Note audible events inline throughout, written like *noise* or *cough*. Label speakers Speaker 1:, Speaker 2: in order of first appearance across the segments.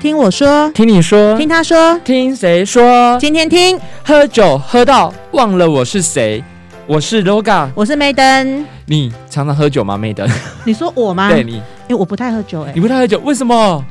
Speaker 1: 听我说，
Speaker 2: 听你说，
Speaker 1: 听他说，
Speaker 2: 听谁说？
Speaker 1: 今天听，
Speaker 2: 喝酒喝到忘了我是谁，我是 LOGA。
Speaker 1: 我是梅登。
Speaker 2: 你常常喝酒吗，妹的？
Speaker 1: 你说我吗？
Speaker 2: 对你，
Speaker 1: 哎、我不太喝酒、诶，
Speaker 2: 你不太喝酒，为什么？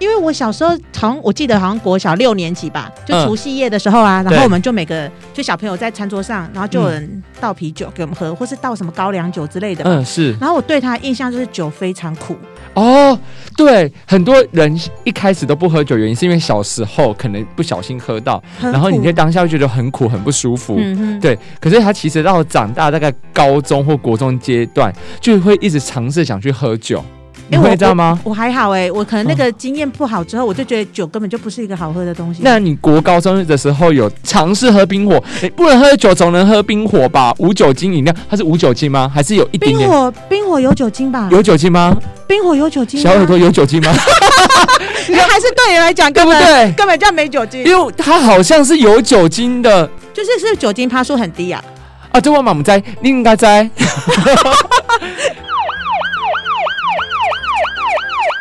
Speaker 1: 因为我小时候好像我记得好像国小六年级吧，就
Speaker 2: 嗯
Speaker 1: 除夕夜的时候啊，然
Speaker 2: 对
Speaker 1: 后我们就每个就小朋友在餐桌上，然后就有人倒啤酒给我们喝，或是倒什么高粱酒之类的。
Speaker 2: 嗯，是
Speaker 1: 然后我对他的印象就是酒非常苦，
Speaker 2: 哦，对，很多人一开始都不喝酒，原因是因为小时候可能不小心喝到，
Speaker 1: 很
Speaker 2: 然后你
Speaker 1: 苦
Speaker 2: 在当下会觉得很苦、很不舒服。
Speaker 1: 嗯哼，
Speaker 2: 对，可是他其实到长大，大概高中或国中阶段，就会一直尝试想去喝酒，你
Speaker 1: 因为
Speaker 2: 会
Speaker 1: 我
Speaker 2: 这样吗？
Speaker 1: 我还好哎、我可能那个经验不好之后，我就觉得酒根本就不是一个好喝的东西。
Speaker 2: 嗯那你国高中的时候有尝试喝冰火？你不能喝酒，总能喝冰火吧？无酒精饮料，它是无酒精吗？还是有一点
Speaker 1: 冰
Speaker 2: 点？
Speaker 1: 火冰火有酒精吧？
Speaker 2: 有酒精吗？
Speaker 1: 冰火有酒精、啊，
Speaker 2: 小耳朵有酒精吗？
Speaker 1: 还是 *laughs* 对你来讲根
Speaker 2: 对不
Speaker 1: 本
Speaker 2: 对？
Speaker 1: 根本叫没酒精，
Speaker 2: 因为它好像是有酒精的
Speaker 1: 就是是不是酒精趴数很低啊。
Speaker 2: 啊！这我满不在，你应
Speaker 1: *laughs*
Speaker 2: 该在。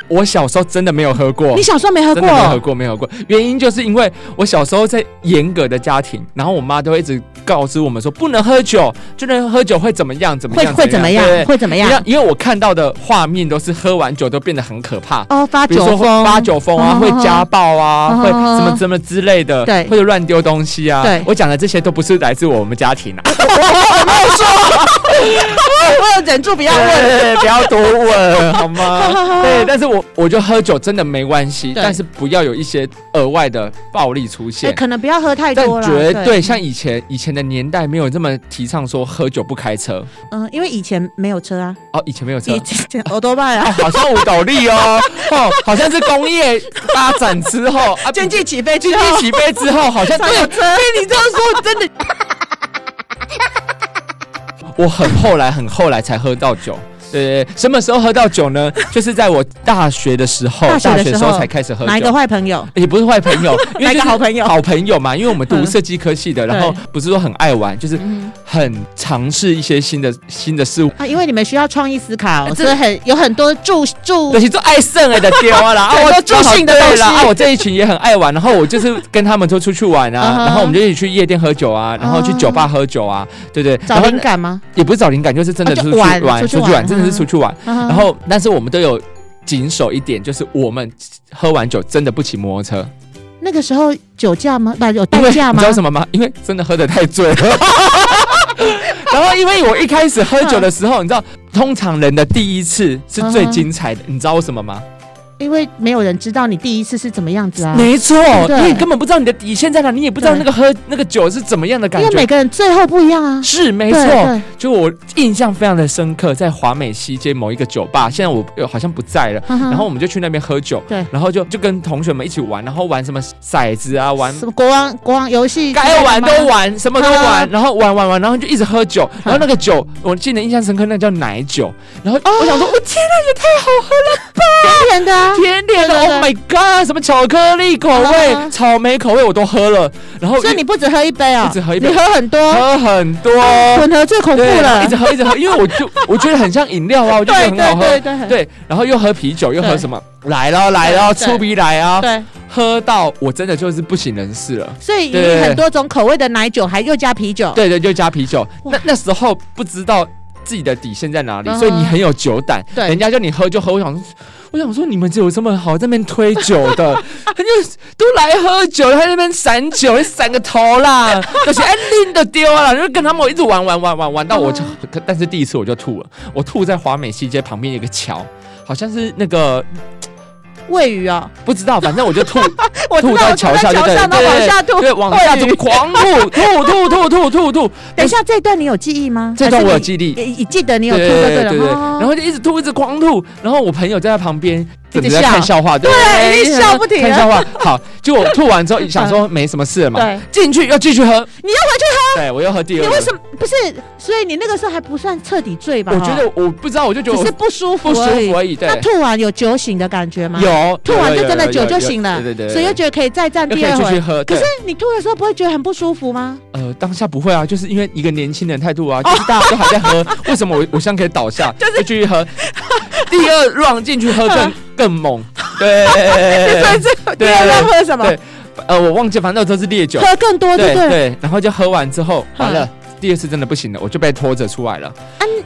Speaker 2: 我小时候真的没有喝过
Speaker 1: 你，小时候没喝
Speaker 2: 哦 *laughs* 真的
Speaker 1: 过？
Speaker 2: 没有喝过，没有喝过。原因就是因为我小时候在严格的家庭，然后我妈都会一直告知我们说不能喝酒，就能喝酒会怎么样，怎么
Speaker 1: 会
Speaker 2: 样，
Speaker 1: 会怎么样？
Speaker 2: 对
Speaker 1: 会怎么
Speaker 2: 因为
Speaker 1: 样？
Speaker 2: 因为我看到的画面都是喝完酒都变得很可怕，
Speaker 1: 哦，发
Speaker 2: 比如
Speaker 1: 酒
Speaker 2: 说会
Speaker 1: 疯，
Speaker 2: 发酒疯
Speaker 1: 嗯
Speaker 2: 啊，会家暴啊，
Speaker 1: 嗯
Speaker 2: 会什么什么之类的，
Speaker 1: 对
Speaker 2: 或者乱丢东西啊。
Speaker 1: 对
Speaker 2: 我讲的这些都不是来自我们家庭啊。
Speaker 1: 我哦有忍住不要问。哦
Speaker 2: 对， *laughs* 不要多问好
Speaker 1: *laughs*
Speaker 2: 吗？对，但是我我就喝酒真的没关系，
Speaker 1: 对
Speaker 2: 但是不要有一些额外的暴力出
Speaker 1: 哎，
Speaker 2: 现。
Speaker 1: 可能不要喝太
Speaker 2: 但
Speaker 1: 多了。
Speaker 2: 绝对像以前以前的年代，没有这么提倡说喝酒不开车
Speaker 1: 嗯，因为以前没有车啊，
Speaker 2: 哦。以前没有车
Speaker 1: 以，前欧多拜
Speaker 2: 哦
Speaker 1: 啊，，
Speaker 2: 好像五斗笠
Speaker 1: *laughs*
Speaker 2: 哦，哦，好像是工业发展之后
Speaker 1: *laughs*
Speaker 2: 啊，
Speaker 1: 经济起飞
Speaker 2: 经
Speaker 1: 之
Speaker 2: 济
Speaker 1: 后
Speaker 2: 起飞之后，好像
Speaker 1: 才 *laughs* 有车。你这样说真的
Speaker 2: 我很后来很后来才喝到酒。对对对，什么时候喝到酒呢？就是在我大学的时候，
Speaker 1: 大学的时候
Speaker 2: 才开始
Speaker 1: *laughs*
Speaker 2: 喝
Speaker 1: 哪一
Speaker 2: 酒
Speaker 1: 个。坏朋友？
Speaker 2: 也不是坏朋
Speaker 1: *laughs*
Speaker 2: 友，因
Speaker 1: 哪
Speaker 2: 为就
Speaker 1: 个
Speaker 2: 是
Speaker 1: 好朋友
Speaker 2: 好朋友嘛，因为我们读
Speaker 1: 嗯
Speaker 2: 设计科系的，然后
Speaker 1: 对
Speaker 2: 不是说很爱玩，就是
Speaker 1: 嗯
Speaker 2: 很尝试一些新的新的事物。
Speaker 1: 啊，因为你们需要创意思考，
Speaker 2: 这
Speaker 1: 所以很有很多助助
Speaker 2: 尤其做爱剩了的
Speaker 1: *laughs*
Speaker 2: 丢啊啦，啊
Speaker 1: 很
Speaker 2: 我
Speaker 1: 多助兴的东西
Speaker 2: 对啦啊我这一群也很爱玩，然后我就是跟他们就出去玩
Speaker 1: 嗯 *laughs*
Speaker 2: 啊，
Speaker 1: 哼
Speaker 2: 然后我们就一起去夜店喝酒啊，然后去酒吧喝酒啊，对对，
Speaker 1: 找
Speaker 2: 然后
Speaker 1: 灵感吗？
Speaker 2: 也不是找灵感，就是真的
Speaker 1: 哦就
Speaker 2: 出去
Speaker 1: 玩
Speaker 2: 玩，
Speaker 1: 出去
Speaker 2: 出去玩，
Speaker 1: 玩
Speaker 2: 真的是
Speaker 1: 嗯
Speaker 2: 出去玩。
Speaker 1: 然
Speaker 2: 然后，但是我们都有谨守一点，就是我们喝完酒真的不骑摩托车，
Speaker 1: 那个时候酒驾吗？不，有
Speaker 2: 因
Speaker 1: 代
Speaker 2: 为
Speaker 1: 驾
Speaker 2: 你
Speaker 1: 吗
Speaker 2: 知道？什么吗？因为真的喝得太醉
Speaker 1: *laughs*
Speaker 2: 了。然后，因为我一开始喝酒的时候，你知道，通常人的第一次是最
Speaker 1: 嗯嗯哼
Speaker 2: 精彩的，你知道为什么吗？
Speaker 1: 因为没有人知道你第一次是怎么样子啊。
Speaker 2: 没错，
Speaker 1: 对不对
Speaker 2: 因为你根本不知道你的底线在哪，你也不知道
Speaker 1: 对
Speaker 2: 那个喝那个酒是怎么样的感
Speaker 1: 因为每
Speaker 2: 觉。
Speaker 1: 个人最后不一样啊。
Speaker 2: 是没
Speaker 1: 对
Speaker 2: 错，
Speaker 1: 对
Speaker 2: 就我印象非常的深刻，在华美西街某一个酒吧，现在我呃好像不在了。
Speaker 1: 嗯哼
Speaker 2: 然后我们就去那边喝酒，
Speaker 1: 对
Speaker 2: 然后就就跟同学们一起玩，然后玩什么骰子啊，玩
Speaker 1: 什么国王国王游戏之类的吗，嗯
Speaker 2: 该玩都玩，什么都玩
Speaker 1: 啊，
Speaker 2: 然后玩玩玩，然后就一直喝酒，然后那个酒我记得印象深刻，那叫奶酒，然
Speaker 1: 哦
Speaker 2: 后我想说，我天啊，也太好喝了，
Speaker 1: 甜甜的啊。
Speaker 2: 甜甜
Speaker 1: 对
Speaker 2: 的
Speaker 1: 对
Speaker 2: ，Oh
Speaker 1: 对
Speaker 2: my god，什么巧克力口味、
Speaker 1: 啊
Speaker 2: 草莓口味我都喝了，然后
Speaker 1: 所以你不只喝一杯啊，
Speaker 2: 不止喝一杯
Speaker 1: 你喝很多，
Speaker 2: 喝很多，
Speaker 1: 混合最恐怖
Speaker 2: 对，然后
Speaker 1: 了
Speaker 2: 一直。喝一直喝，因为我就 *laughs* 我觉得很像饮料啊，我就觉得
Speaker 1: 对
Speaker 2: 很好
Speaker 1: 对
Speaker 2: 喝
Speaker 1: 对，对很
Speaker 2: 对，然后又喝啤酒，又喝
Speaker 1: 对
Speaker 2: 什么？来了来了，
Speaker 1: 对
Speaker 2: 出鼻来啊！
Speaker 1: 对，
Speaker 2: 喝到我真的就是不省人事了。
Speaker 1: 所以你
Speaker 2: 对对对
Speaker 1: 很多种口味的奶酒，还又加啤酒。
Speaker 2: 对对，就加啤酒。
Speaker 1: 哇
Speaker 2: 那那时候不知道自己的底线在哪里，
Speaker 1: 嗯哼
Speaker 2: 所以你很有酒胆。
Speaker 1: 对
Speaker 2: 人家叫你喝就喝，我想说。我想说，你们只有这么好在那边推酒的，他就都来喝酒，还在那边散酒，你散个头啦！就是哎，拎的丢啊啦，就跟他们一直玩玩玩玩玩到我就，但是第一次我就吐了，我吐在华美西街旁边有一个桥，好像是那个
Speaker 1: 喂鱼哦，
Speaker 2: 不知道，反正我就吐，
Speaker 1: 我知道
Speaker 2: 吐在桥下就
Speaker 1: 我
Speaker 2: 对
Speaker 1: 在
Speaker 2: 了，
Speaker 1: 桥上
Speaker 2: 对
Speaker 1: 然后往下吐
Speaker 2: 对对，往下
Speaker 1: 喂
Speaker 2: 就
Speaker 1: 鱼
Speaker 2: 狂吐，吐吐吐吐吐吐，
Speaker 1: 等一下这一段你有记忆吗？
Speaker 2: 这段
Speaker 1: 还是
Speaker 2: 我有
Speaker 1: 你
Speaker 2: 记忆力
Speaker 1: 也也记得你有吐
Speaker 2: 对
Speaker 1: 就对
Speaker 2: 对
Speaker 1: 了。
Speaker 2: 对，
Speaker 1: 哦
Speaker 2: 然后就一直吐，一直狂吐，然后我朋友在他旁边
Speaker 1: 一直
Speaker 2: 整着在看笑话，对
Speaker 1: 对一直
Speaker 2: 直
Speaker 1: 笑不停
Speaker 2: 看笑话。好，就我吐完之后想说没什么事了嘛，
Speaker 1: 对，
Speaker 2: 进去又继续喝，
Speaker 1: 你要回去喝，
Speaker 2: 对我又喝第
Speaker 1: 你
Speaker 2: 二
Speaker 1: 为
Speaker 2: 个。
Speaker 1: 什么不是？所以你那个时候还不算彻底醉吧？
Speaker 2: 我
Speaker 1: 哈
Speaker 2: 觉得我不知道，我就觉得
Speaker 1: 只
Speaker 2: 我
Speaker 1: 是不舒服
Speaker 2: 不舒
Speaker 1: 而已
Speaker 2: 服。而已，对
Speaker 1: 那，吐完有酒醒的感觉吗？，
Speaker 2: 有
Speaker 1: 吐完就真的
Speaker 2: 有有
Speaker 1: 酒
Speaker 2: 有
Speaker 1: 就醒了，
Speaker 2: 对对对，
Speaker 1: 所以
Speaker 2: 又
Speaker 1: 就觉得可以再战
Speaker 2: 可
Speaker 1: 第
Speaker 2: 以
Speaker 1: 二
Speaker 2: 出去
Speaker 1: 回。
Speaker 2: 喝。
Speaker 1: 可
Speaker 2: 对
Speaker 1: 是你吐的时候不会觉得很不舒服吗？
Speaker 2: 呃，当下不会啊，就是因为一个年轻人态度啊，就是大家都还在喝，为什么我我像可以倒下，就是继续喝？第二 round 进去喝更更猛，
Speaker 1: *laughs*
Speaker 2: 对
Speaker 1: 所以这个第
Speaker 2: 对
Speaker 1: 二要喝什么？
Speaker 2: 对，呃，我忘记，反正那时候是烈酒，
Speaker 1: 喝更多就
Speaker 2: 对
Speaker 1: 对了，
Speaker 2: 对，然后就喝完之后，
Speaker 1: 嗯
Speaker 2: 完了。第二次真的不行了，我就被拖着出来了。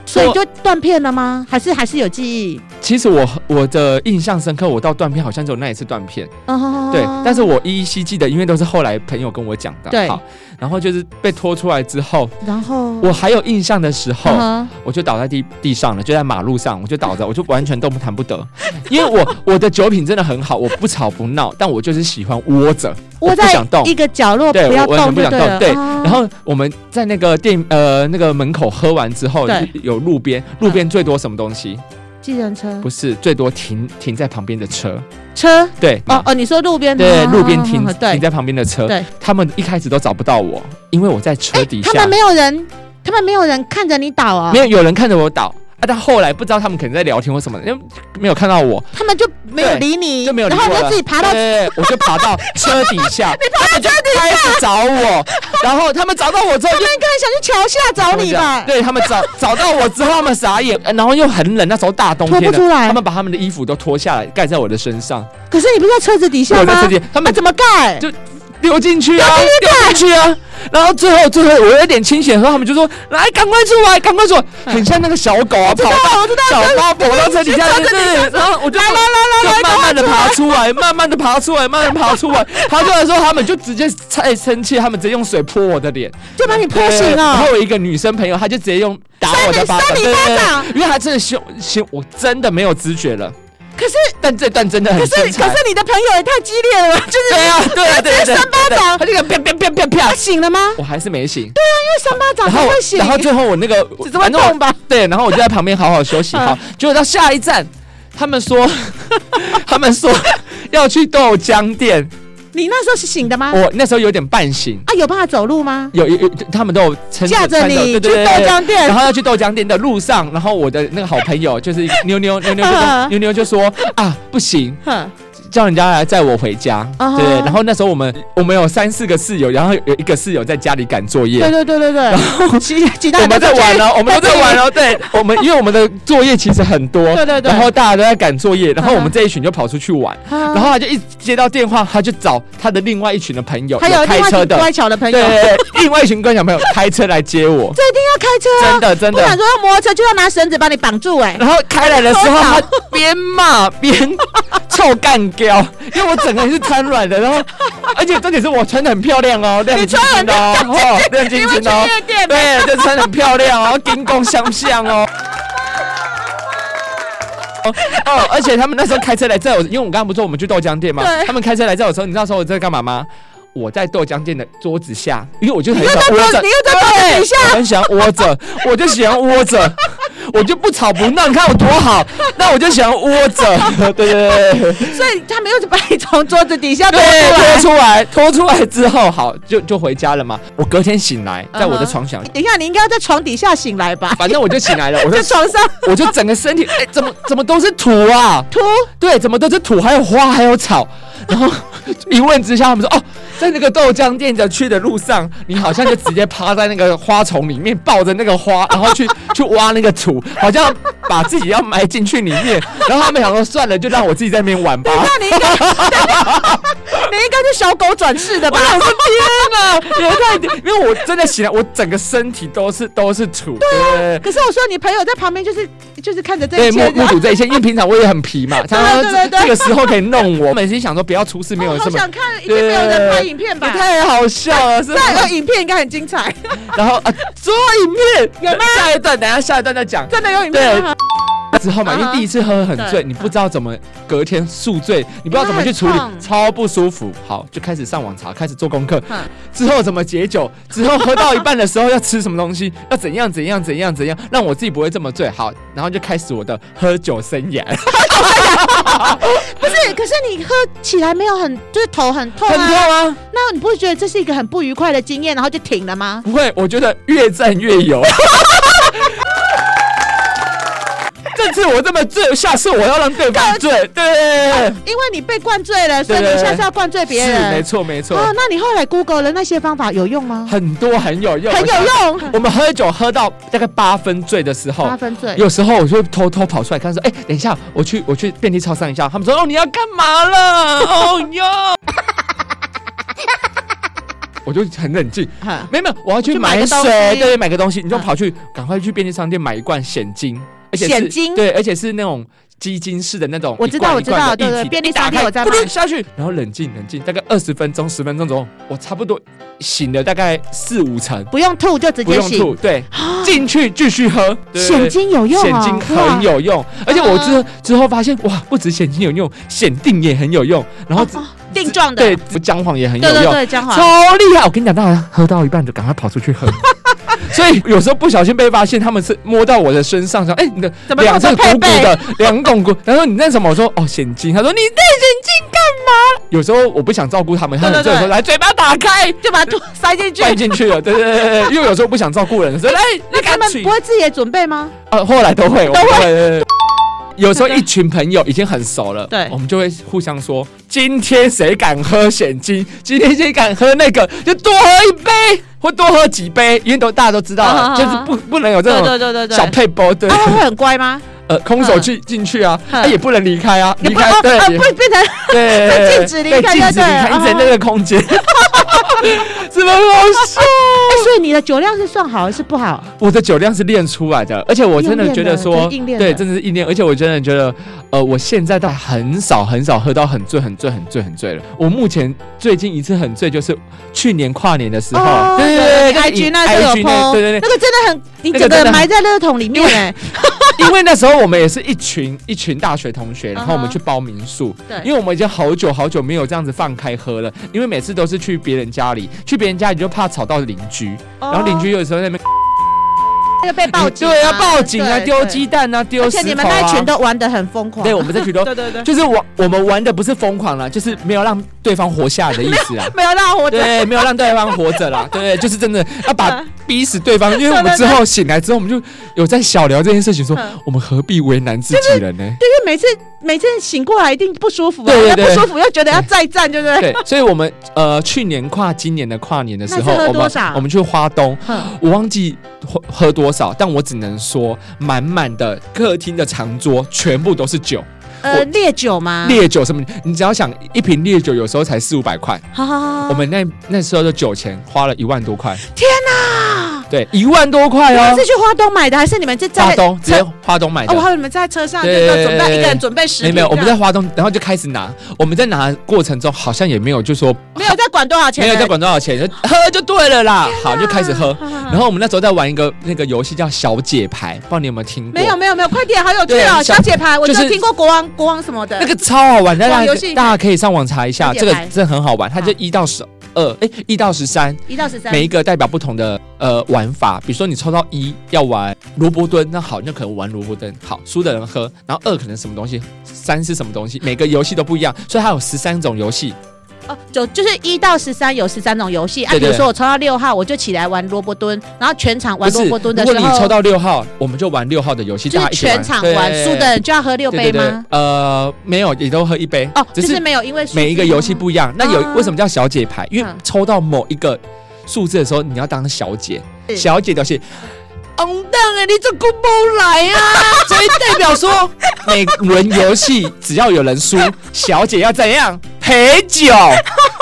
Speaker 1: 所以就断片了吗？还是还是有记忆？
Speaker 2: 其实我我的印象深刻，我到断片好像只有那一次断片，
Speaker 1: 哦
Speaker 2: 对。但是我依稀记得，因为都是后来朋友跟我讲的。
Speaker 1: 对
Speaker 2: 好然后就是被拖出来之后，
Speaker 1: 哦然后
Speaker 2: 我还有印象的时候，
Speaker 1: 嗯嗯哼
Speaker 2: 我就倒在地地上了，就在马路上，我就倒着，我就完全动弹不得，因为我 *laughs* 我的酒品真的很好，我不吵不闹，但我就是喜欢窝着，
Speaker 1: 窝
Speaker 2: 不
Speaker 1: 在
Speaker 2: 想动
Speaker 1: 一个角落，
Speaker 2: 对
Speaker 1: 不要
Speaker 2: 我完全
Speaker 1: 动
Speaker 2: 不
Speaker 1: 就
Speaker 2: 想
Speaker 1: 对
Speaker 2: 动
Speaker 1: 了。
Speaker 2: 对
Speaker 1: 哦
Speaker 2: 然后我们在那个店呃那个门口喝完之后
Speaker 1: 对，
Speaker 2: 有路边，路边最多什么东西？
Speaker 1: 哦计程车
Speaker 2: 不是最多停停在旁边的车，
Speaker 1: 车
Speaker 2: 对。
Speaker 1: 哦哦，你说路边
Speaker 2: 对，
Speaker 1: 哦
Speaker 2: 路边停
Speaker 1: 哦哦
Speaker 2: 停
Speaker 1: 对，
Speaker 2: 在旁边的车
Speaker 1: 对，
Speaker 2: 他们一开始都找不到我，因为我在车底
Speaker 1: 哎他
Speaker 2: 下
Speaker 1: 们，没有人，他们没有人看着你倒啊
Speaker 2: 没，有有人看着我倒啊，但后来不知道他们可能在聊天或什么，因为没有看到我，
Speaker 1: 他们就没有
Speaker 2: 对
Speaker 1: 理你，
Speaker 2: 就没有理
Speaker 1: 然后
Speaker 2: 我
Speaker 1: 你就
Speaker 2: 了
Speaker 1: 自己爬到
Speaker 2: 对，我就爬到车底下，他们就开始找我，然后他们找到我之后就。
Speaker 1: 应该想去桥下找你吧？
Speaker 2: 对他们找找到我之后，他们傻眼，呃然后又很冷，那时候大冬天
Speaker 1: 脱不出
Speaker 2: 的，
Speaker 1: 来
Speaker 2: 他们把他们的衣服都脱下来盖在我的身上，
Speaker 1: 可是你不是在车子底下
Speaker 2: 我在
Speaker 1: 吗？
Speaker 2: 车底，他
Speaker 1: 那
Speaker 2: 们
Speaker 1: 怎么盖？
Speaker 2: 就丢进去啊，丢进去啊，然后最后最后我有点清醒的时候，他们就说来赶快出来，赶快出来，
Speaker 1: 嗯
Speaker 2: 很像那个小狗啊，跑到小猫跑到车底下，对，然后我就来来来来，就慢慢的爬出来，慢慢的爬出来，慢慢地爬出来，爬出来的时候他们就直接太生气，他们直接用水泼我的脸，
Speaker 1: 就把你泼
Speaker 2: 对
Speaker 1: 醒哦
Speaker 2: 然后
Speaker 1: 了。
Speaker 2: 我有一个女生朋友，她就直接用打我的巴掌，
Speaker 1: 扇你
Speaker 2: 对
Speaker 1: 扇你巴掌
Speaker 2: 对对因为她真的凶凶，我真的没有知觉了。
Speaker 1: 可是
Speaker 2: 但这段真的很
Speaker 1: 可是
Speaker 2: 精
Speaker 1: 可
Speaker 2: 彩
Speaker 1: 是。你的朋友也太激烈了吧，就是
Speaker 2: 对啊，对啊，对啊对啊对啊
Speaker 1: 扇巴掌
Speaker 2: 她就啪啪啪啪
Speaker 1: 他
Speaker 2: 啪，
Speaker 1: 醒了吗？
Speaker 2: 我还是没醒。
Speaker 1: 因为三巴掌
Speaker 2: 然
Speaker 1: 才
Speaker 2: 后
Speaker 1: 啊会醒。
Speaker 2: 然后最后我那个
Speaker 1: 只是会痛吧？嗯
Speaker 2: 对，然后我就在旁边好好
Speaker 1: *laughs*
Speaker 2: 休息。好，结果到下一站，他们说他们说要去豆浆店，
Speaker 1: 你那时候是醒的吗？
Speaker 2: 我那时候有点半醒。
Speaker 1: 啊，有办法走路吗？
Speaker 2: 有有，有他们都有撑
Speaker 1: 架着
Speaker 2: 撑
Speaker 1: 你
Speaker 2: 对
Speaker 1: 去
Speaker 2: 对对
Speaker 1: 豆
Speaker 2: 对
Speaker 1: 浆店 *laughs*
Speaker 2: 然，后要去豆浆店的路上，然后我的那个好朋友就是妞妞，妞妞就说
Speaker 1: *laughs* 嗯
Speaker 2: 妞妞就说啊不行，
Speaker 1: 哼，
Speaker 2: 叫人家来载我回
Speaker 1: *laughs*
Speaker 2: 家。
Speaker 1: 啊哈
Speaker 2: 对，然后那时候我们我们有三四个室友，然后有一个室友在家里赶作业
Speaker 1: *laughs* 对。对对对对，挤挤到
Speaker 2: 我们在玩哦，我们都在玩
Speaker 1: 哦，
Speaker 2: 哦，对，我们因为我们的作业其实很多，
Speaker 1: *laughs* 对对对
Speaker 2: 然后大家都在赶作业，然后
Speaker 1: 嗯
Speaker 2: 我们这一群就跑出去玩，
Speaker 1: 然
Speaker 2: 然后他就一接到电话，他就找他的另外一群的朋友，
Speaker 1: 还有
Speaker 2: 开
Speaker 1: 另外
Speaker 2: 车
Speaker 1: 一
Speaker 2: 的
Speaker 1: 个，乖巧的朋
Speaker 2: 对
Speaker 1: 友，这
Speaker 2: 对，对另外一群乖小朋友开车来
Speaker 1: *laughs*
Speaker 2: 接我，
Speaker 1: 一定要开车
Speaker 2: 真
Speaker 1: 啊，
Speaker 2: 的真
Speaker 1: 不
Speaker 2: 的
Speaker 1: 然，说要摩托车就要拿绳子把你绑住
Speaker 2: *laughs*
Speaker 1: 哎。
Speaker 2: 然后开来的时候，他边骂边臭干掉，因为我整个人是瘫软的，然后而且重点是我穿的很漂亮哦，亮晶晶的哦，哦亮晶
Speaker 1: 因为
Speaker 2: 晶
Speaker 1: 去
Speaker 2: 的哦，
Speaker 1: 夜店，
Speaker 2: 对，就穿得很漂亮哦，金光相向哦。哦哦，而且他们那时候开车来载我，因为我刚刚不是说我们去豆浆店嘛
Speaker 1: 对，
Speaker 2: 他们开车来载我的时候，你知道那时候我在干嘛吗？我在豆浆店的桌子下，因为我就很
Speaker 1: 你
Speaker 2: 喜
Speaker 1: 又在
Speaker 2: 欢
Speaker 1: 桌
Speaker 2: 窝
Speaker 1: 子，
Speaker 2: 着
Speaker 1: 你，又在桌子底下，
Speaker 2: 我很喜欢窝着，我就喜欢窝着，我就不吵不闹，你看我多好，那我就喜欢窝着， *laughs* 对对对对
Speaker 1: 所以他们又把你从桌子底下拖出
Speaker 2: *laughs* 对，拖
Speaker 1: 来。
Speaker 2: 出来，拖出来之后，好就就回家了嘛。我隔天醒来，在我的
Speaker 1: 嗯
Speaker 2: 床上，
Speaker 1: 等一下，你应该要在床底下醒来
Speaker 2: *laughs*
Speaker 1: 吧？
Speaker 2: 反正我就醒来了，我就
Speaker 1: 在床上
Speaker 2: *laughs* 我就整个身体，哎、怎么怎么都是土啊？
Speaker 1: 吐，
Speaker 2: 对，怎么都是土，还有花，还有草。然后 *laughs* 一问之下，他们说：“哦，在那个豆浆店的去的路上，你好像就直接趴在那个花丛里面，抱着那个花， *laughs* 然后去去挖那个土，好像把自己要埋进去里面。”然后他们想说：“算了，就让我自己在那边玩吧。”
Speaker 1: 那你应该，你应该是小狗转世的吧
Speaker 2: 我？想说天哪，啊也太……因为我真的醒来，我整个身体都是都是土。
Speaker 1: 啊
Speaker 2: 对
Speaker 1: 可是我说你朋友在旁边，就是就是看着这
Speaker 2: 对，
Speaker 1: 一
Speaker 2: 目
Speaker 1: 切，
Speaker 2: 目睹这一切，因为平常我也很皮
Speaker 1: *laughs*
Speaker 2: 嘛，常常
Speaker 1: 对对对
Speaker 2: 这个时候可以弄我，我本身想说不要出事，没有
Speaker 1: 我哦
Speaker 2: 什
Speaker 1: 好
Speaker 2: 么，
Speaker 1: 想看，一定没有人拍影片吧
Speaker 2: 也？太好笑了，是吧？
Speaker 1: 那个影片应该很精彩，
Speaker 2: *laughs*
Speaker 1: *laughs*
Speaker 2: 然后啊，所有影片有吗？下一段，等一下下一段再讲。
Speaker 1: 真的有影片吗？
Speaker 2: 之后嘛，因
Speaker 1: 嗯
Speaker 2: 为
Speaker 1: 哼
Speaker 2: 第一次喝很醉，
Speaker 1: 对
Speaker 2: 你不知道怎么隔天宿醉，你不知道怎么去处理
Speaker 1: 因为很，痛
Speaker 2: 超不舒服。好，就开始上网查，开始做功课
Speaker 1: 嗯。
Speaker 2: 之后怎么解酒？之后喝到一半的时候要吃什么东西？ *laughs* 要怎样怎样怎样怎样，让我自己不会这么醉。好，然后就开始我的喝酒生涯。
Speaker 1: 不是，可是你喝起来没有很，就是头很痛
Speaker 2: 很痛
Speaker 1: 啊。
Speaker 2: 啊！
Speaker 1: 那你不会觉得这是一个很不愉快的经验，然后就停了吗？ *laughs*
Speaker 2: 不会，我觉得越战越有。这次我这么醉，下次我要让对方醉，对， *laughs*
Speaker 1: 因为你被灌醉了，所以
Speaker 2: 对
Speaker 1: 你
Speaker 2: 对
Speaker 1: 下次要灌醉别人。
Speaker 2: 是没错没错，
Speaker 1: 哦，那你后来 Google 了那些方法有用吗？
Speaker 2: 很多很有用，
Speaker 1: 很有。用，
Speaker 2: 我们喝酒喝到大概八分醉的时候
Speaker 1: 八，分醉。
Speaker 2: 有时候我就会偷偷跑出来看说，哎、等一下，我去我去电梯超商一下。他们说，哦，你要干嘛了？哦哟，
Speaker 1: *laughs*
Speaker 2: *laughs* 我就很冷静。
Speaker 1: 哈
Speaker 2: 没有没有，我要去
Speaker 1: 去买
Speaker 2: 买
Speaker 1: 个东
Speaker 2: 水，
Speaker 1: 西
Speaker 2: 对，买个东西，你就
Speaker 1: 嗯
Speaker 2: 跑去，赶快去便利商店买一罐现金，而且是
Speaker 1: 现金
Speaker 2: 对，而且是那种基金式的那种，
Speaker 1: 我知道
Speaker 2: 一罐一
Speaker 1: 我知
Speaker 2: 罐
Speaker 1: 道
Speaker 2: 的
Speaker 1: 对
Speaker 2: 液
Speaker 1: 对
Speaker 2: 体
Speaker 1: 便利商店我在
Speaker 2: 咕噜
Speaker 1: 买
Speaker 2: 下去，然后冷静冷静，大概二十分钟、十分钟左右，我差不多醒了大概四五成，
Speaker 1: 不用吐就直
Speaker 2: 不
Speaker 1: 接
Speaker 2: 用
Speaker 1: 醒。
Speaker 2: 吐，对，进去继续喝，对对对
Speaker 1: 险金有用
Speaker 2: 现
Speaker 1: 啊，
Speaker 2: 金
Speaker 1: 哇
Speaker 2: 很有用，而且我之之后发现，哇，不止现金有用，显定也很有用，然后
Speaker 1: 哦哦定状的，
Speaker 2: 对姜黄也很有
Speaker 1: 对对
Speaker 2: 用，
Speaker 1: 对，江华
Speaker 2: 超厉害！我跟你讲，大家喝到一半就赶快跑出
Speaker 1: *laughs*
Speaker 2: 去喝。所以有时候不小心被发现，他们是摸到我的身上，说：“哎、你的
Speaker 1: 怎么
Speaker 2: 两
Speaker 1: 弄成
Speaker 2: 只鼓
Speaker 1: 配
Speaker 2: 鼓
Speaker 1: 备？
Speaker 2: 的，两拱鼓。”然后你那什么？我说：“哦，现金。”他说：“你带现金干嘛？”有时候我不想照顾他们，他
Speaker 1: 对
Speaker 2: 们
Speaker 1: 对
Speaker 2: 就
Speaker 1: 对
Speaker 2: 说：“来，嘴巴打开，
Speaker 1: 就把它吐塞进去。
Speaker 2: 灌进去了。”对对对对，因为有时候不想照顾人，所以来，
Speaker 1: 那
Speaker 2: 你
Speaker 1: 他
Speaker 2: 赶
Speaker 1: 们
Speaker 2: 紧
Speaker 1: 不会自己的准备吗？
Speaker 2: 呃，后来都会，都
Speaker 1: 会
Speaker 2: 会。有时候一群朋友已经很熟了，
Speaker 1: 对
Speaker 2: 我们就会互相说：今天谁敢喝险金？今天谁敢喝那个？就多喝一杯，或多喝几杯，因为都大家都知道了，
Speaker 1: 啊啊啊
Speaker 2: 就是不不能有这
Speaker 1: 对
Speaker 2: 种
Speaker 1: 对对对对。
Speaker 2: 小
Speaker 1: 啊，
Speaker 2: 配包，对，
Speaker 1: 他会很乖
Speaker 2: *laughs*
Speaker 1: 吗？
Speaker 2: 呃，空手去进去啊，
Speaker 1: 嗯
Speaker 2: 他也不能离开啊，
Speaker 1: 你
Speaker 2: 离
Speaker 1: 不
Speaker 2: 开
Speaker 1: 哦
Speaker 2: 对
Speaker 1: 啊，
Speaker 2: 也
Speaker 1: 不变成
Speaker 2: 对，
Speaker 1: 被禁止离开
Speaker 2: 被禁止
Speaker 1: 就
Speaker 2: 离
Speaker 1: 对啊了
Speaker 2: 开，一直在那个
Speaker 1: *laughs*
Speaker 2: 空间， *laughs* 怎么好笑？
Speaker 1: 哎，所以你的酒量是算好还是不好？
Speaker 2: 我的酒量是练出来的，而且我真的觉得说，
Speaker 1: 用练的真硬练的
Speaker 2: 对，真的是硬练。而且我真的觉得，呃，我现在倒很少很少喝到很醉、很醉、很醉、很醉了。我目前最近一次很醉就是去年跨年的时候，
Speaker 1: 哦
Speaker 2: 对对
Speaker 1: 你
Speaker 2: 对对，
Speaker 1: ，IG 那
Speaker 2: 就
Speaker 1: 时
Speaker 2: 是
Speaker 1: 候有
Speaker 2: 你 IG 那
Speaker 1: PO，
Speaker 2: 对对
Speaker 1: 那个真的很，你
Speaker 2: 那个
Speaker 1: 整
Speaker 2: 真的
Speaker 1: 个
Speaker 2: 很
Speaker 1: 埋在垃圾桶里面哎，
Speaker 2: 对，因为那时候我们也是一群一群大学同学，然后我们
Speaker 1: 嗯哼
Speaker 2: 去包民宿，
Speaker 1: *laughs* 对
Speaker 2: 因为我们已经好久好久没有这样子放开喝了，因为每次都是去别人家里，去别人家里就怕吵到邻居，然后邻居有时候在那边。
Speaker 1: 那个被哦报警啊，
Speaker 2: 对啊，报警啊，
Speaker 1: 对
Speaker 2: 丢，鸡蛋啊，
Speaker 1: 对
Speaker 2: 丢
Speaker 1: 而且
Speaker 2: 石头啊。
Speaker 1: 你们那一群都玩的很疯狂，
Speaker 2: 对，我们这群
Speaker 1: *laughs*
Speaker 2: 都
Speaker 1: 对对对，
Speaker 2: 就是我我们玩的不是疯狂啦，就是没有让对方活下来的意思
Speaker 1: *laughs*
Speaker 2: 啊。
Speaker 1: 没有让我
Speaker 2: 对，没有让啊对方活
Speaker 1: *laughs*
Speaker 2: 着啦，对，就是真的要把
Speaker 1: 嗯
Speaker 2: 逼死对方，因为
Speaker 1: 对
Speaker 2: 我们
Speaker 1: 对
Speaker 2: 之后醒来之后，我们就有在小聊这件事情说，
Speaker 1: 嗯
Speaker 2: 我们何必为难自己人呢？
Speaker 1: 因为每次每次醒过来一定不舒服、啊，
Speaker 2: 对对
Speaker 1: 那
Speaker 2: 对
Speaker 1: 不舒服又觉得要再战，对不对？
Speaker 2: 对，所以我们呃去年跨今年的跨年的时候，
Speaker 1: 那次喝
Speaker 2: 我们
Speaker 1: 多少
Speaker 2: 我们去花东，
Speaker 1: 哼
Speaker 2: 我忘记喝喝多少，但我只能说满满的客厅的长桌全部都是酒。我
Speaker 1: 呃，烈酒吗？，
Speaker 2: 烈酒什么，你只要想一瓶烈酒有时候才四五百块，
Speaker 1: 好好好好，
Speaker 2: 我们那那时候的酒钱花了一万多块，
Speaker 1: 啊，
Speaker 2: 对，一万多块
Speaker 1: 你
Speaker 2: 哦
Speaker 1: 们，是去花东买的，还是你们是在
Speaker 2: 花东直接花东买
Speaker 1: 哦，我
Speaker 2: 的。
Speaker 1: 还有你们在车上就
Speaker 2: 对
Speaker 1: 是
Speaker 2: 对
Speaker 1: 准
Speaker 2: 对
Speaker 1: 备
Speaker 2: 对
Speaker 1: 一个人准备十
Speaker 2: 没有
Speaker 1: 瓶
Speaker 2: 没
Speaker 1: 这样，
Speaker 2: 有，我们在花东，然后就开始拿。我们在拿的过程中好像也没有就说
Speaker 1: 没有在管多少钱，
Speaker 2: 没有在管多少钱，就喝就对了啦。好，就开始喝。
Speaker 1: 好。好好
Speaker 2: 然后我们那时候在玩一个那个游戏叫小姐牌，不知道你有没有听过？
Speaker 1: 没有没有没有，快点，好有趣
Speaker 2: 对
Speaker 1: 哦！
Speaker 2: 小
Speaker 1: 小姐牌，我
Speaker 2: 就
Speaker 1: 就是听过国王国王什么的，
Speaker 2: 那个超好玩，大
Speaker 1: 网
Speaker 2: 家
Speaker 1: 游戏
Speaker 2: 大家可以上网查一下，
Speaker 1: 小姐
Speaker 2: 这个
Speaker 1: 牌
Speaker 2: 真的很好玩。它就一到十二，哎，一到十三，
Speaker 1: 一到十三，
Speaker 2: 每一个代表不同的呃玩法，比如说你抽到一要玩萝卜蹲，那好，那可能玩萝卜蹲，好，输的人喝，然后二可能什么东西，三是什么东西，每个游戏都不一样，所以它有十三种游戏，
Speaker 1: 哦，就就是一到十三有十三种游戏啊。
Speaker 2: 对
Speaker 1: 比
Speaker 2: 对
Speaker 1: 如说我抽到六号，我就起来玩萝卜蹲，然后全场
Speaker 2: 不
Speaker 1: 玩萝
Speaker 2: 是
Speaker 1: 卜蹲
Speaker 2: 如
Speaker 1: 的
Speaker 2: 果
Speaker 1: 时
Speaker 2: 你
Speaker 1: 候，
Speaker 2: 抽到六号，我们就玩六号的游戏，
Speaker 1: 就是
Speaker 2: 大家一起玩
Speaker 1: 全场玩，
Speaker 2: 对
Speaker 1: 输的人就要喝六杯
Speaker 2: 对对对
Speaker 1: 吗？
Speaker 2: 呃，没有，也都喝一杯，
Speaker 1: 哦，
Speaker 2: 只
Speaker 1: 就是是没有，因为
Speaker 2: 每一个游戏
Speaker 1: 不
Speaker 2: 不一样。那有
Speaker 1: 啊
Speaker 2: 为什么叫小姐牌？因为
Speaker 1: 嗯
Speaker 2: 抽到某一个数字的时候，你要当小姐，
Speaker 1: 是
Speaker 2: 小姐就是。
Speaker 1: 哦
Speaker 2: 红蛋
Speaker 1: 啊
Speaker 2: 哎，你这公包来啊！ *laughs* 所以代表说，每轮游戏只要有人输，小姐要怎样陪酒，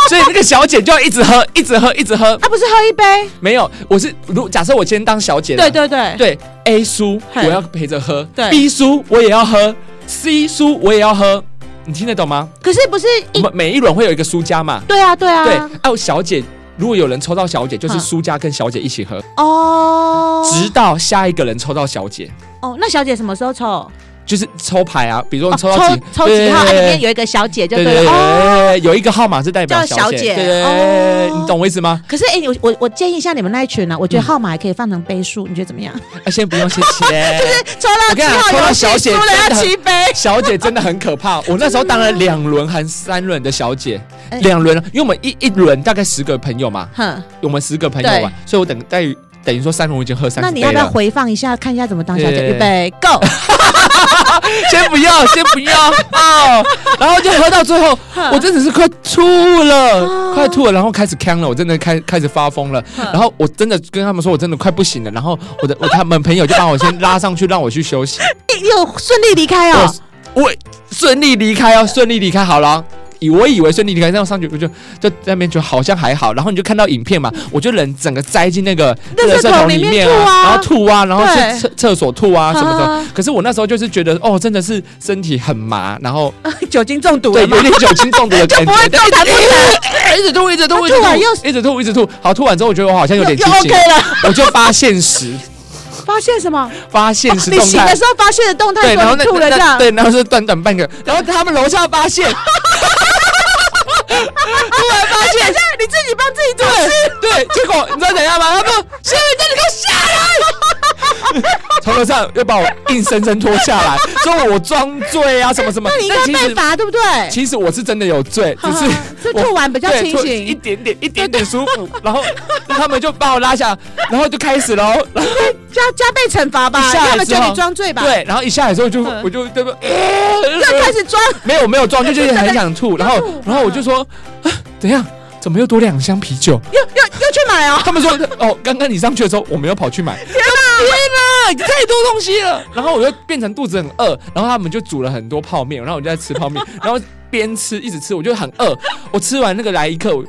Speaker 2: 所以那个小姐就要一直喝，一直喝，一直喝。
Speaker 1: 啊，不是喝一杯？
Speaker 2: 没有，我是如假设我今天当小姐
Speaker 1: 对
Speaker 2: 了，
Speaker 1: 对对，
Speaker 2: 对，A 输我
Speaker 1: 嘿
Speaker 2: 要陪着喝
Speaker 1: 对
Speaker 2: ，B 输我也要喝，C 输我也要喝，你听得懂吗？
Speaker 1: 可是不是
Speaker 2: 我
Speaker 1: 一？
Speaker 2: 们每一轮会有一个输家嘛，
Speaker 1: 对啊对
Speaker 2: 对
Speaker 1: 啊，，
Speaker 2: 哦，小姐，如果有人抽到小姐，就是
Speaker 1: 嗯
Speaker 2: 输家跟小姐一起喝，
Speaker 1: 哦，
Speaker 2: 直到下一个人抽到小姐，
Speaker 1: 哦，那小姐什么时候抽？
Speaker 2: 就是抽牌啊，比如
Speaker 1: 哦
Speaker 2: 说哦你抽到
Speaker 1: 抽
Speaker 2: 几
Speaker 1: 抽几号？啊里面
Speaker 2: 对
Speaker 1: 有一个小姐就
Speaker 2: 对对
Speaker 1: 对了
Speaker 2: 对
Speaker 1: 哦。
Speaker 2: 对，有一个号码是代
Speaker 1: 叫
Speaker 2: 表
Speaker 1: 小
Speaker 2: 姐，
Speaker 1: 姐
Speaker 2: 对，
Speaker 1: 哦
Speaker 2: 你懂我意思吗？
Speaker 1: 可是哎，我我我建议一下你们那一群啊呢，我觉得
Speaker 2: 嗯
Speaker 1: 号码也可以放成杯数，你觉得怎么样？
Speaker 2: 啊，先不用，谢
Speaker 1: *laughs*
Speaker 2: 谢。
Speaker 1: 抽
Speaker 2: 我
Speaker 1: 到
Speaker 2: 跟
Speaker 1: 七
Speaker 2: 你讲抽到
Speaker 1: 号游戏
Speaker 2: 小姐
Speaker 1: 输了
Speaker 2: 真的
Speaker 1: 要
Speaker 2: 很
Speaker 1: 七杯，
Speaker 2: 小姐真的很可怕，我那时候当了两轮还三轮的小姐啊
Speaker 1: 哎，
Speaker 2: 两轮，因为我们一一轮大概十个朋友嘛，
Speaker 1: 哼，
Speaker 2: 我们十个朋友玩，所以我等待于等于说三轮我已经喝三
Speaker 1: 那
Speaker 2: 十
Speaker 1: 你
Speaker 2: 杯啊
Speaker 1: 要
Speaker 2: 呃
Speaker 1: 不要
Speaker 2: 了。
Speaker 1: 回放一下，看一下怎么当小姐？
Speaker 2: 对
Speaker 1: 预备，Go！
Speaker 2: *laughs* 先不要，先不要哦。然后就喝到最后，我真的是快吐了，快吐了，然后开始呛了，我真的开开始发疯了。然后我真的跟他们说，我真的快不行了。然后我的我他们朋友就把我先拉上去，让我去休息。
Speaker 1: 你有哎顺利离开哦，
Speaker 2: 我我顺利离开哦，顺利离开好了哦。以我以为顺利离开，那我上去我就就在那边就好像还好，然后你就看到影片嘛，我就人整个栽进那个
Speaker 1: 垃圾
Speaker 2: 垃圾
Speaker 1: 桶
Speaker 2: 桶
Speaker 1: 里
Speaker 2: 里
Speaker 1: 面
Speaker 2: 面
Speaker 1: 吐啊
Speaker 2: 然后吐啊，然后
Speaker 1: 对
Speaker 2: 去厕厕所吐啊什么
Speaker 1: 啊
Speaker 2: 的。可是我那时候就是觉得，哦，真的是身体很麻，然后
Speaker 1: *laughs* 酒精中毒
Speaker 2: 对
Speaker 1: 了吗
Speaker 2: 有？点酒精中
Speaker 1: *laughs*
Speaker 2: 毒的感
Speaker 1: 不会
Speaker 2: 觉，
Speaker 1: 动弹不
Speaker 2: 哎一直吐，一直吐，一
Speaker 1: 啊吐
Speaker 2: 直
Speaker 1: 完
Speaker 2: 吐
Speaker 1: 又，
Speaker 2: 一直吐，一直吐。好，吐完之后我觉得我好像有
Speaker 1: 又
Speaker 2: 点
Speaker 1: 又
Speaker 2: 清醒
Speaker 1: OK，了，
Speaker 2: *laughs* 我就发现实，
Speaker 1: 发现什么？
Speaker 2: 发现实
Speaker 1: 啊你
Speaker 2: 动
Speaker 1: 醒
Speaker 2: 态
Speaker 1: 的。时候发现的动态，
Speaker 2: 对，然后
Speaker 1: 说你
Speaker 2: 那
Speaker 1: 吐了
Speaker 2: 那
Speaker 1: 这样，啊
Speaker 2: 对，然后是短短半个，然后他们楼下发现，
Speaker 1: 突然发现，你自己帮自己做事，
Speaker 2: 对，结果你知道怎样吗？他们说
Speaker 1: 所以这你给我下来。
Speaker 2: *laughs* 从楼上又把我硬生生拖下
Speaker 1: *laughs*
Speaker 2: 来，说我装醉啊什么什么
Speaker 1: 那你，应
Speaker 2: 但其
Speaker 1: 该被
Speaker 2: 实
Speaker 1: 罚，对不对？
Speaker 2: 其实我是真的有醉，只
Speaker 1: 哈哈
Speaker 2: 是
Speaker 1: 是吐完比较
Speaker 2: 对
Speaker 1: 清
Speaker 2: 吐
Speaker 1: 醒
Speaker 2: 一点点一点点舒服，然
Speaker 1: *laughs*
Speaker 2: 后他们就把我拉下，然后就开始喽，然后
Speaker 1: 加加倍惩罚吧，
Speaker 2: 一下来
Speaker 1: 他们觉
Speaker 2: 之
Speaker 1: 得
Speaker 2: 后
Speaker 1: 你装醉吧？，
Speaker 2: 对，然后一下来之后就
Speaker 1: 嗯
Speaker 2: 我就对不
Speaker 1: *laughs*
Speaker 2: 对？
Speaker 1: 又开始装，
Speaker 2: 没有没有装，就就是很想
Speaker 1: *laughs*
Speaker 2: 吐，然后然后我就说，
Speaker 1: 嗯
Speaker 2: 啊怎样？怎么又多两箱啤酒？
Speaker 1: 又又又去买哦。
Speaker 2: 他们说哦，刚刚你上去的时候，我没有跑去买。天哪，天哪，太多东西了。然后我就变成肚子很饿，然后他们就煮了很多泡面，然后我就在吃泡面，然后边吃一直吃，我就很饿。我吃完那个来一刻，我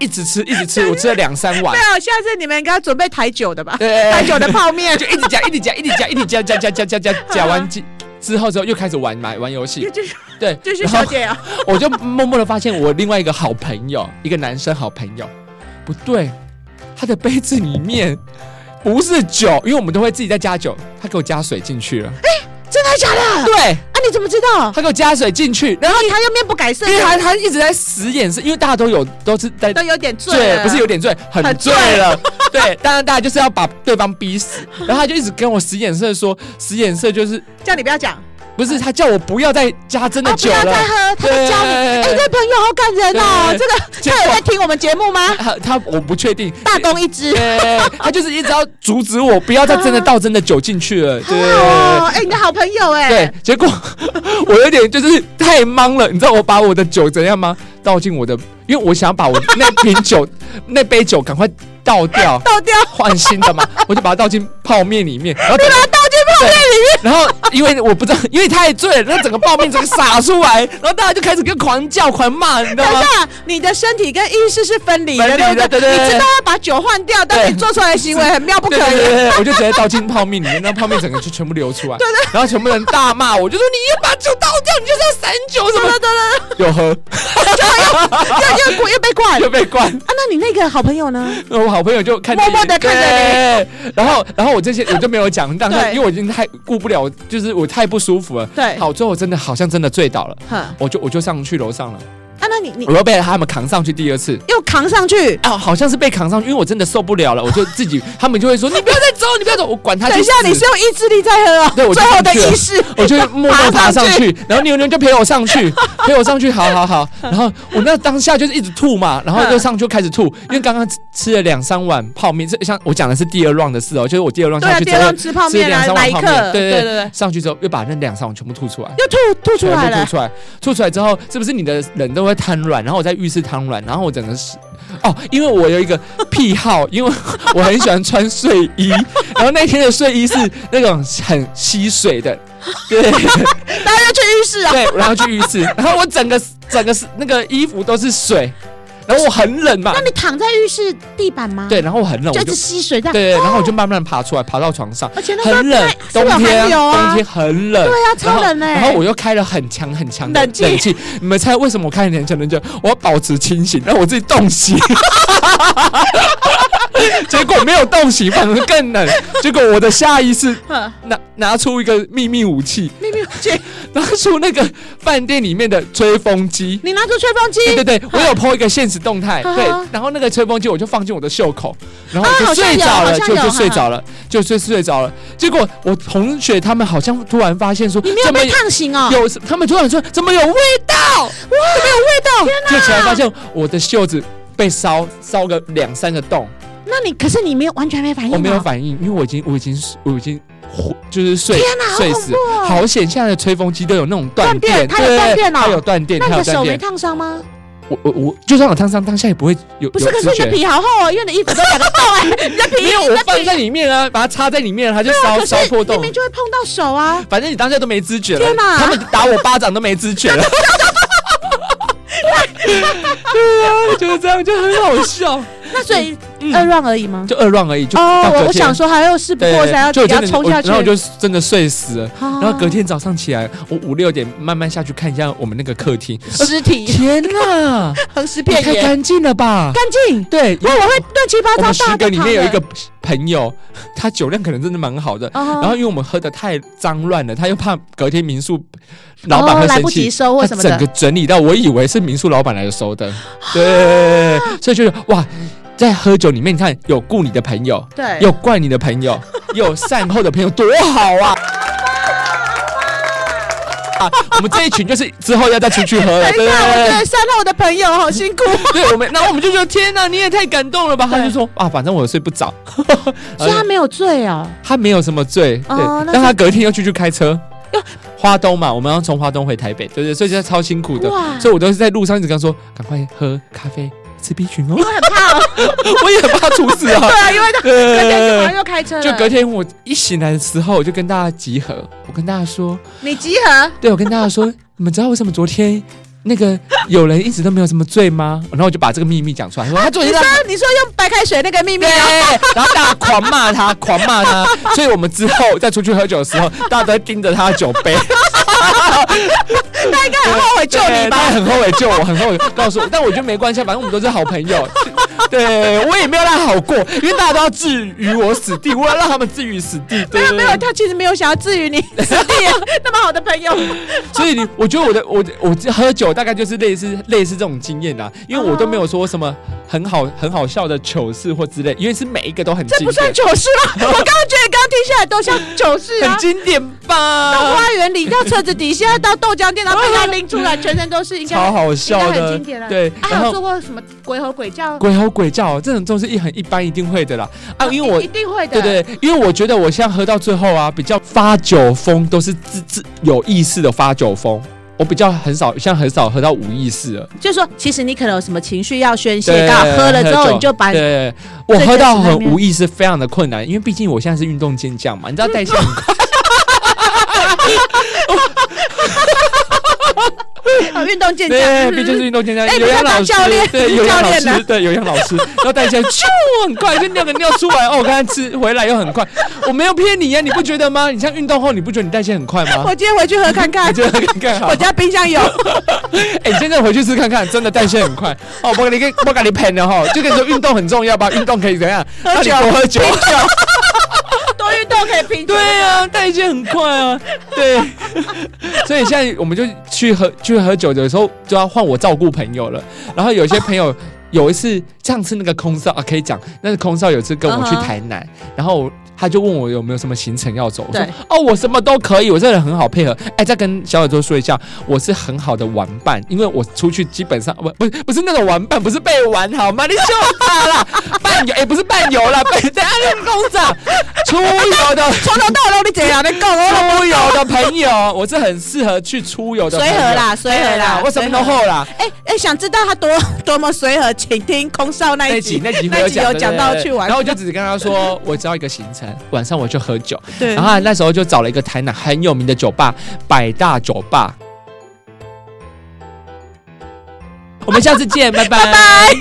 Speaker 2: 一直吃一直吃，我吃了两三碗
Speaker 1: 对。啊，下次你们应该准备台酒的吧？
Speaker 2: 对
Speaker 1: 台酒的泡面
Speaker 2: 就，一直夹，一直夹，一直夹，一直夹，夹夹夹夹夹夹完之之后之后又开始玩买玩游戏，
Speaker 1: 就是
Speaker 2: 对，
Speaker 1: 就是
Speaker 2: 然后
Speaker 1: 小姐啊，
Speaker 2: *laughs* 我就默默的发现我另外一个好朋友，一个男生好朋友，不对，他的杯子里面不是酒，因为我们都会自己再加酒，他给我加水进去了。
Speaker 1: 真的假的？啊，
Speaker 2: 对，
Speaker 1: 你怎么知道？
Speaker 2: 他给我加水进去，然
Speaker 1: 然
Speaker 2: 后
Speaker 1: 后他又面不改色
Speaker 2: 因，为他他一直在使眼色，因为大家都有都是在
Speaker 1: 都有点醉
Speaker 2: 醉，
Speaker 1: 了，
Speaker 2: 不是有点醉，很
Speaker 1: 很醉
Speaker 2: 醉了。 *laughs* 对，当然大家就是要把对方逼死，然后他就一直跟我使眼色说，使眼色就是
Speaker 1: 叫你不要讲，
Speaker 2: 不是他叫我不要再加真的
Speaker 1: 哦，不
Speaker 2: 酒
Speaker 1: 要
Speaker 2: 了。
Speaker 1: 再喝，他在教你。哎，
Speaker 2: 对
Speaker 1: 这朋友好感人哦，
Speaker 2: 对
Speaker 1: 这
Speaker 2: 结
Speaker 1: 个
Speaker 2: 果
Speaker 1: 他有在听我们节目吗？
Speaker 2: *laughs* 他他我不确定，
Speaker 1: 大功一支，
Speaker 2: 对，他就是一直要阻止我，不要再真的倒真的酒进去了。
Speaker 1: 好好
Speaker 2: 对
Speaker 1: 哦，哎，你的好朋友哎
Speaker 2: 对，，结果我有点就是太忙了，你知道我把我的酒怎样吗？倒进我的，因为我想把我那瓶酒、 *laughs* 那杯酒赶快倒掉，
Speaker 1: 倒掉，
Speaker 2: 换新的嘛， *laughs* 我就把它倒进泡面里面，然后
Speaker 1: 你把它倒进泡面里面，
Speaker 2: 然后因为我不知道，因为太醉了，然后整个泡面整个洒出来，然后大家就开始跟狂叫狂骂，你知道
Speaker 1: 等
Speaker 2: 吗
Speaker 1: 一？下，你的身体跟意识是分离的，
Speaker 2: 分离
Speaker 1: 对
Speaker 2: 的
Speaker 1: 不对？
Speaker 2: 对对对
Speaker 1: 你知道要把酒换掉，但
Speaker 2: 对
Speaker 1: 你做出来的行为很妙不可
Speaker 2: 对对
Speaker 1: 言。
Speaker 2: 对，我就直接倒进泡面里面，那泡面整个就全部流出来，对对，然后全部人大骂我，就说你要把酒倒掉，你就是要散酒什
Speaker 1: 对 *laughs*
Speaker 2: 么
Speaker 1: 对对
Speaker 2: *laughs* 有喝
Speaker 1: 对，又又过又被灌
Speaker 2: 就
Speaker 1: 啊！
Speaker 2: 被关，
Speaker 1: 那你那个好朋友
Speaker 2: *laughs*
Speaker 1: 呢？
Speaker 2: 那我好朋友就看
Speaker 1: 默默地看着
Speaker 2: 你，对然后然后我这些我就没有讲，但
Speaker 1: 对
Speaker 2: 是因为我已经太顾不了，就是我太不舒服了，
Speaker 1: 对
Speaker 2: 好，最后真的好像真的醉倒了，
Speaker 1: 哼，啊，
Speaker 2: 我就我就上去楼上了，
Speaker 1: 那你你
Speaker 2: 我又被他们扛上去第二次。
Speaker 1: 又扛上去。
Speaker 2: 啊，好像是被扛上去，因为我真的受不了了，我就自己，他们就会说你不要再走，你不要走，我管他。
Speaker 1: 等一下，你是用意志力在喝哦，
Speaker 2: 对我就
Speaker 1: 最后的
Speaker 2: 上去了
Speaker 1: 意识，
Speaker 2: *laughs* 我就默默爬上
Speaker 1: 爬上
Speaker 2: 去，然后牛牛就陪我上
Speaker 1: *laughs*
Speaker 2: 去，陪我上去，好好好。然后我那当下就是一直吐嘛，然后就上去就开始吐，因为刚刚吃吃了两三碗泡面，这像我讲的是第二 round 的事哦，就是我第二 round
Speaker 1: 对啊，
Speaker 2: 上去
Speaker 1: 第
Speaker 2: 之
Speaker 1: 二
Speaker 2: 后
Speaker 1: 顿吃泡
Speaker 2: 吃
Speaker 1: 面
Speaker 2: 两
Speaker 1: 啊，
Speaker 2: 三
Speaker 1: 来
Speaker 2: 碗
Speaker 1: 一
Speaker 2: 泡
Speaker 1: 克，
Speaker 2: 面，
Speaker 1: 对
Speaker 2: 对
Speaker 1: 对对，
Speaker 2: 上去之后又把那两三碗全部吐出来。
Speaker 1: 又吐吐出
Speaker 2: 全
Speaker 1: 来
Speaker 2: 部
Speaker 1: 了
Speaker 2: 吐。出来，吐出来之后，是不是你的人都会瘫软？然后我在浴室瘫软，然后我整个是，哦，因为我有一个癖好，因为我很喜欢穿睡衣，然后那天的睡衣是那种很吸水的，对。
Speaker 1: 然后又去浴室啊，
Speaker 2: 对，然后去浴室，然后我整个整个是那个衣服都是水，然后我很冷嘛
Speaker 1: 那，你躺在浴室地板吗？
Speaker 2: 对，，然后我很冷，
Speaker 1: 就
Speaker 2: 我
Speaker 1: 一
Speaker 2: 就
Speaker 1: 直吸水这样。哦
Speaker 2: 对，然后我就慢慢爬出来，爬到床上，
Speaker 1: 而且那时候
Speaker 2: 很冷，
Speaker 1: 是
Speaker 2: 冬
Speaker 1: 有寒
Speaker 2: 天
Speaker 1: 流啊
Speaker 2: 冬天很冷，
Speaker 1: 对啊，
Speaker 2: 然
Speaker 1: 超
Speaker 2: 后
Speaker 1: 冷哎、
Speaker 2: 然后我又开了很强很强的
Speaker 1: 冷气
Speaker 2: 冷气，你们猜为什么我开很强的冷气？我要保持清醒，让我自己冻醒。 *laughs* 结果没有冻醒，反而更冷。结果我的下意识
Speaker 1: 哼
Speaker 2: 拿拿出一个秘密武器，
Speaker 1: 秘密武器，
Speaker 2: *laughs* 拿出那个饭店里面的吹风机。
Speaker 1: 你拿出吹风机，
Speaker 2: 哎对对对，我有 po 一个现实动态，
Speaker 1: 啊
Speaker 2: 对，然后那个吹风机我就放进我的袖口，然后
Speaker 1: 啊
Speaker 2: 我
Speaker 1: 好
Speaker 2: 就
Speaker 1: 像
Speaker 2: 睡
Speaker 1: 有
Speaker 2: 着
Speaker 1: 好
Speaker 2: 了，
Speaker 1: 像
Speaker 2: 就
Speaker 1: 有
Speaker 2: 就
Speaker 1: 哈
Speaker 2: 睡着了，就睡睡着了。结果我同学他们好像突然发现说，
Speaker 1: 你没有
Speaker 2: 怎么
Speaker 1: 被烫醒哦、
Speaker 2: 有，他们突然说怎么有味道？哇，怎么有味道？就起来发现我的袖子被烧烧个两三个洞，
Speaker 1: 那你可是你没有完全没反应吗，哦
Speaker 2: 我没有反应，因为我已经我已经我已经昏就是睡
Speaker 1: 天哪，好
Speaker 2: 睡
Speaker 1: 恐
Speaker 2: 死
Speaker 1: 怖。哦！
Speaker 2: 好险，现在的吹风机都有那种断
Speaker 1: 断电它有
Speaker 2: 对
Speaker 1: 断电哦
Speaker 2: 它有断电，
Speaker 1: 那你
Speaker 2: 它
Speaker 1: 的手
Speaker 2: 有断
Speaker 1: 没
Speaker 2: 电。
Speaker 1: 烫伤吗？
Speaker 2: 我我我，就算我烫伤，当下也不会有
Speaker 1: 不是，
Speaker 2: 有
Speaker 1: 可
Speaker 2: 知
Speaker 1: 是你
Speaker 2: 觉
Speaker 1: 的皮好厚哦，因为你的衣服都感得到
Speaker 2: *laughs*
Speaker 1: 哎，你的皮
Speaker 2: 没有，我放在里面啊，把它插在里面，它就烧
Speaker 1: 可
Speaker 2: 烧
Speaker 1: 是
Speaker 2: 破
Speaker 1: 明
Speaker 2: 洞。
Speaker 1: 明就会碰到手啊。
Speaker 2: 反正你当下都没知觉了，
Speaker 1: 天哪
Speaker 2: 他们打我巴掌都没知觉了。 *laughs* 对啊，就是这样，就很好笑，
Speaker 1: 那所以
Speaker 2: 嗯
Speaker 1: 二 round 而已吗？
Speaker 2: 就二乱而已，就
Speaker 1: 哦
Speaker 2: 到，隔
Speaker 1: 我
Speaker 2: 天
Speaker 1: 我想说还要事不
Speaker 2: 对，
Speaker 1: 过三，要
Speaker 2: 就我真
Speaker 1: 要
Speaker 2: 的
Speaker 1: 冲
Speaker 2: 我
Speaker 1: 下去。
Speaker 2: 然后我就真的睡死了。
Speaker 1: 啊，
Speaker 2: 然后隔天早上起来，我五六点慢慢下去看一下我们那个客厅，
Speaker 1: 尸
Speaker 2: *laughs*
Speaker 1: 体
Speaker 2: 天
Speaker 1: *laughs*
Speaker 2: 哪，
Speaker 1: 横尸
Speaker 2: 也
Speaker 1: 遍
Speaker 2: 太
Speaker 1: 野，
Speaker 2: 干净了吧？
Speaker 1: 干净。
Speaker 2: 对，因为
Speaker 1: 那我会乱七八
Speaker 2: 我
Speaker 1: 糟
Speaker 2: 们十
Speaker 1: 大
Speaker 2: 个里面有一个
Speaker 1: 的，欸
Speaker 2: 朋友，他酒量可能真的蛮好的。
Speaker 1: 然
Speaker 2: 然后因为我们喝的太脏乱了，他又怕隔天民宿老
Speaker 1: 哦
Speaker 2: 板会
Speaker 1: 来
Speaker 2: 生
Speaker 1: 不及
Speaker 2: 气，
Speaker 1: 收或
Speaker 2: 他
Speaker 1: 什么
Speaker 2: 整
Speaker 1: 的
Speaker 2: 个，整理到我以为是民宿老板来收的，对，所以就是哇，在喝酒里面，你看有顾你的朋友，
Speaker 1: 对，
Speaker 2: 有怪你的
Speaker 1: *laughs*
Speaker 2: 朋友，有善后的朋友，多好啊！啊，我们这一群就是之后要再出去喝了，
Speaker 1: *laughs* 等
Speaker 2: 对
Speaker 1: 一下，我
Speaker 2: 对
Speaker 1: 觉
Speaker 2: 对
Speaker 1: 得善后的朋友好辛
Speaker 2: *laughs*
Speaker 1: 苦，
Speaker 2: 对，我们，然后我们就觉得天哪，你也太感动了吧？他
Speaker 1: 对
Speaker 2: 就说啊，反正我睡不着， *laughs*
Speaker 1: 所以他没有醉哦。
Speaker 2: 他没有什么罪，对
Speaker 1: 哦，那
Speaker 2: 但他隔天又去去开车，花东嘛，我们要从花东回台北，对对，所以现在超辛苦的，
Speaker 1: 哇，
Speaker 2: 所以我都是在路上一直跟他说，赶快喝咖啡，吃 B 群哦，
Speaker 1: 怕哦
Speaker 2: *laughs* 我也很怕出事啊
Speaker 1: *laughs* 对，啊，因为他 *laughs* 隔天
Speaker 2: 对
Speaker 1: 晚上又开车了，
Speaker 2: 就隔天我一醒来的时候，我就跟大家集合，我跟大家说，
Speaker 1: 你集合，
Speaker 2: 对我跟大
Speaker 1: *laughs*
Speaker 2: 家说，你们知道为什么昨天那个有人一直都没有什么醉吗？然后我就把这个秘密讲出来，说他昨
Speaker 1: 你
Speaker 2: 天在
Speaker 1: 说。你说用白开水那个秘密啊
Speaker 2: 对，然后大家狂骂他，狂骂他，所以我们之后再出去喝酒的时候，大家都在盯着他的酒杯，
Speaker 1: 他应该很后悔救
Speaker 2: 对
Speaker 1: 你
Speaker 2: 他
Speaker 1: 吧？
Speaker 2: 很后悔救我，很后悔告诉我，但我觉得没关系，反正我们都是好朋友。对我也没有让他好过，因为大家都要置于我死地，我要让他们置于死地。对
Speaker 1: 没有没有，
Speaker 2: 对
Speaker 1: 他其实没有想要治
Speaker 2: *laughs*
Speaker 1: 愈你， *laughs* 是你啊那么好的朋友，
Speaker 2: 所以你，我觉得我的我的我喝酒大概就是类似类似这种经验啊，因为我都没有说什么很好很好笑的糗事或之类，因为是每一个都很
Speaker 1: 这
Speaker 2: 经
Speaker 1: 不算糗
Speaker 2: 典，
Speaker 1: 事吗？我刚刚觉得刚刚听下来都像糗事啊
Speaker 2: 很。经典啊
Speaker 1: 到
Speaker 2: 吧？
Speaker 1: 花园里，到车子底下，到豆浆店，然后被他拎出来，全身都是，应该
Speaker 2: 超好
Speaker 1: 应
Speaker 2: 笑
Speaker 1: 该很
Speaker 2: 的
Speaker 1: 经典啊，
Speaker 2: 对，
Speaker 1: 啊还
Speaker 2: 然
Speaker 1: 有
Speaker 2: 后啊
Speaker 1: 做过什么鬼吼鬼叫？
Speaker 2: 鬼吼鬼叫这种都是一很一般一定会的啦啊，因为我
Speaker 1: 一一定会的，
Speaker 2: 对对，对因为我觉得我现在喝到最后啊，比较发酒疯都是自自有意识的发酒疯，我比较很少，现在很少喝到无意识了。
Speaker 1: 就是说，其实你可能有什么情绪要宣泄，
Speaker 2: 对
Speaker 1: 刚好喝了之
Speaker 2: 喝
Speaker 1: 后
Speaker 2: 酒
Speaker 1: 你就把
Speaker 2: 对，我
Speaker 1: 这
Speaker 2: 喝
Speaker 1: 个
Speaker 2: 到
Speaker 1: 是
Speaker 2: 很
Speaker 1: 外面
Speaker 2: 无意识，非常的困难，因为毕竟我现在是运动健将嘛，你知道 *laughs* 代谢很快，
Speaker 1: 呃运动健
Speaker 2: 对，
Speaker 1: 将，
Speaker 2: 毕竟是运动健将，
Speaker 1: 哎
Speaker 2: 有氧
Speaker 1: 你
Speaker 2: 老
Speaker 1: 像
Speaker 2: 师
Speaker 1: 当教练，
Speaker 2: 对，
Speaker 1: 你
Speaker 2: 有氧
Speaker 1: 教
Speaker 2: 老
Speaker 1: 练
Speaker 2: 师，
Speaker 1: 呢
Speaker 2: 对，有氧老师，然后代谢咻很快，就尿个尿出来，哦，我刚才吃回来又很快，我没有骗你呀，你不觉得吗？你像运动后，你不觉得你代谢很快吗？
Speaker 1: *laughs* 我今天回去喝看看
Speaker 2: 你，觉得更更好
Speaker 1: 我。家冰箱有，
Speaker 2: 哎、你现在回去试看看，真的代谢很快哦。我给你我给你喷了哈，就跟你说运动很重要吧，运动可以怎样？
Speaker 1: 喝
Speaker 2: *laughs* 那你
Speaker 1: 酒
Speaker 2: 多喝酒。
Speaker 1: 多运动可以平均。
Speaker 2: 对啊，代谢很快啊，对。 *laughs* 所以现在我们就去喝去喝酒的时候，就要换我照顾朋友了。然后有些朋友。有一次，上次那个空少啊，可以讲，那个空少有一次跟我去
Speaker 1: 嗯哼
Speaker 2: 台南然后他就问我有没有什么行程要走，我说
Speaker 1: 对
Speaker 2: 哦，我什么都可以，我这个人很好配合。哎，再跟小耳朵说一下，我是很好的玩伴，因为我出去基本上不不是不是那种玩伴，不是被玩好吗？你笑他啦， *laughs* 伴游哎、不是伴游啦，伴 *laughs* 在暗恋工厂出游的
Speaker 1: 从头到尾都你这样在讲 *laughs* 哦，
Speaker 2: 出游的朋友，我是很适合去出游的
Speaker 1: 随
Speaker 2: 朋友。
Speaker 1: 和啦，随和啦，
Speaker 2: 我什么都
Speaker 1: 随和。
Speaker 2: 后啦。
Speaker 1: 哎哎，想知道他多多么随和，请听空少那
Speaker 2: 那
Speaker 1: 一
Speaker 2: 一
Speaker 1: 集
Speaker 2: 集，那集
Speaker 1: 那一集有
Speaker 2: 的
Speaker 1: 讲到去玩
Speaker 2: 然后我就只跟他说，我只要一个行程，晚上我就喝酒。
Speaker 1: 对
Speaker 2: 然后他那时候就找了一个台南很有名的酒吧——百大酒
Speaker 1: *laughs*
Speaker 2: 吧。我们下次见，拜拜。拜拜。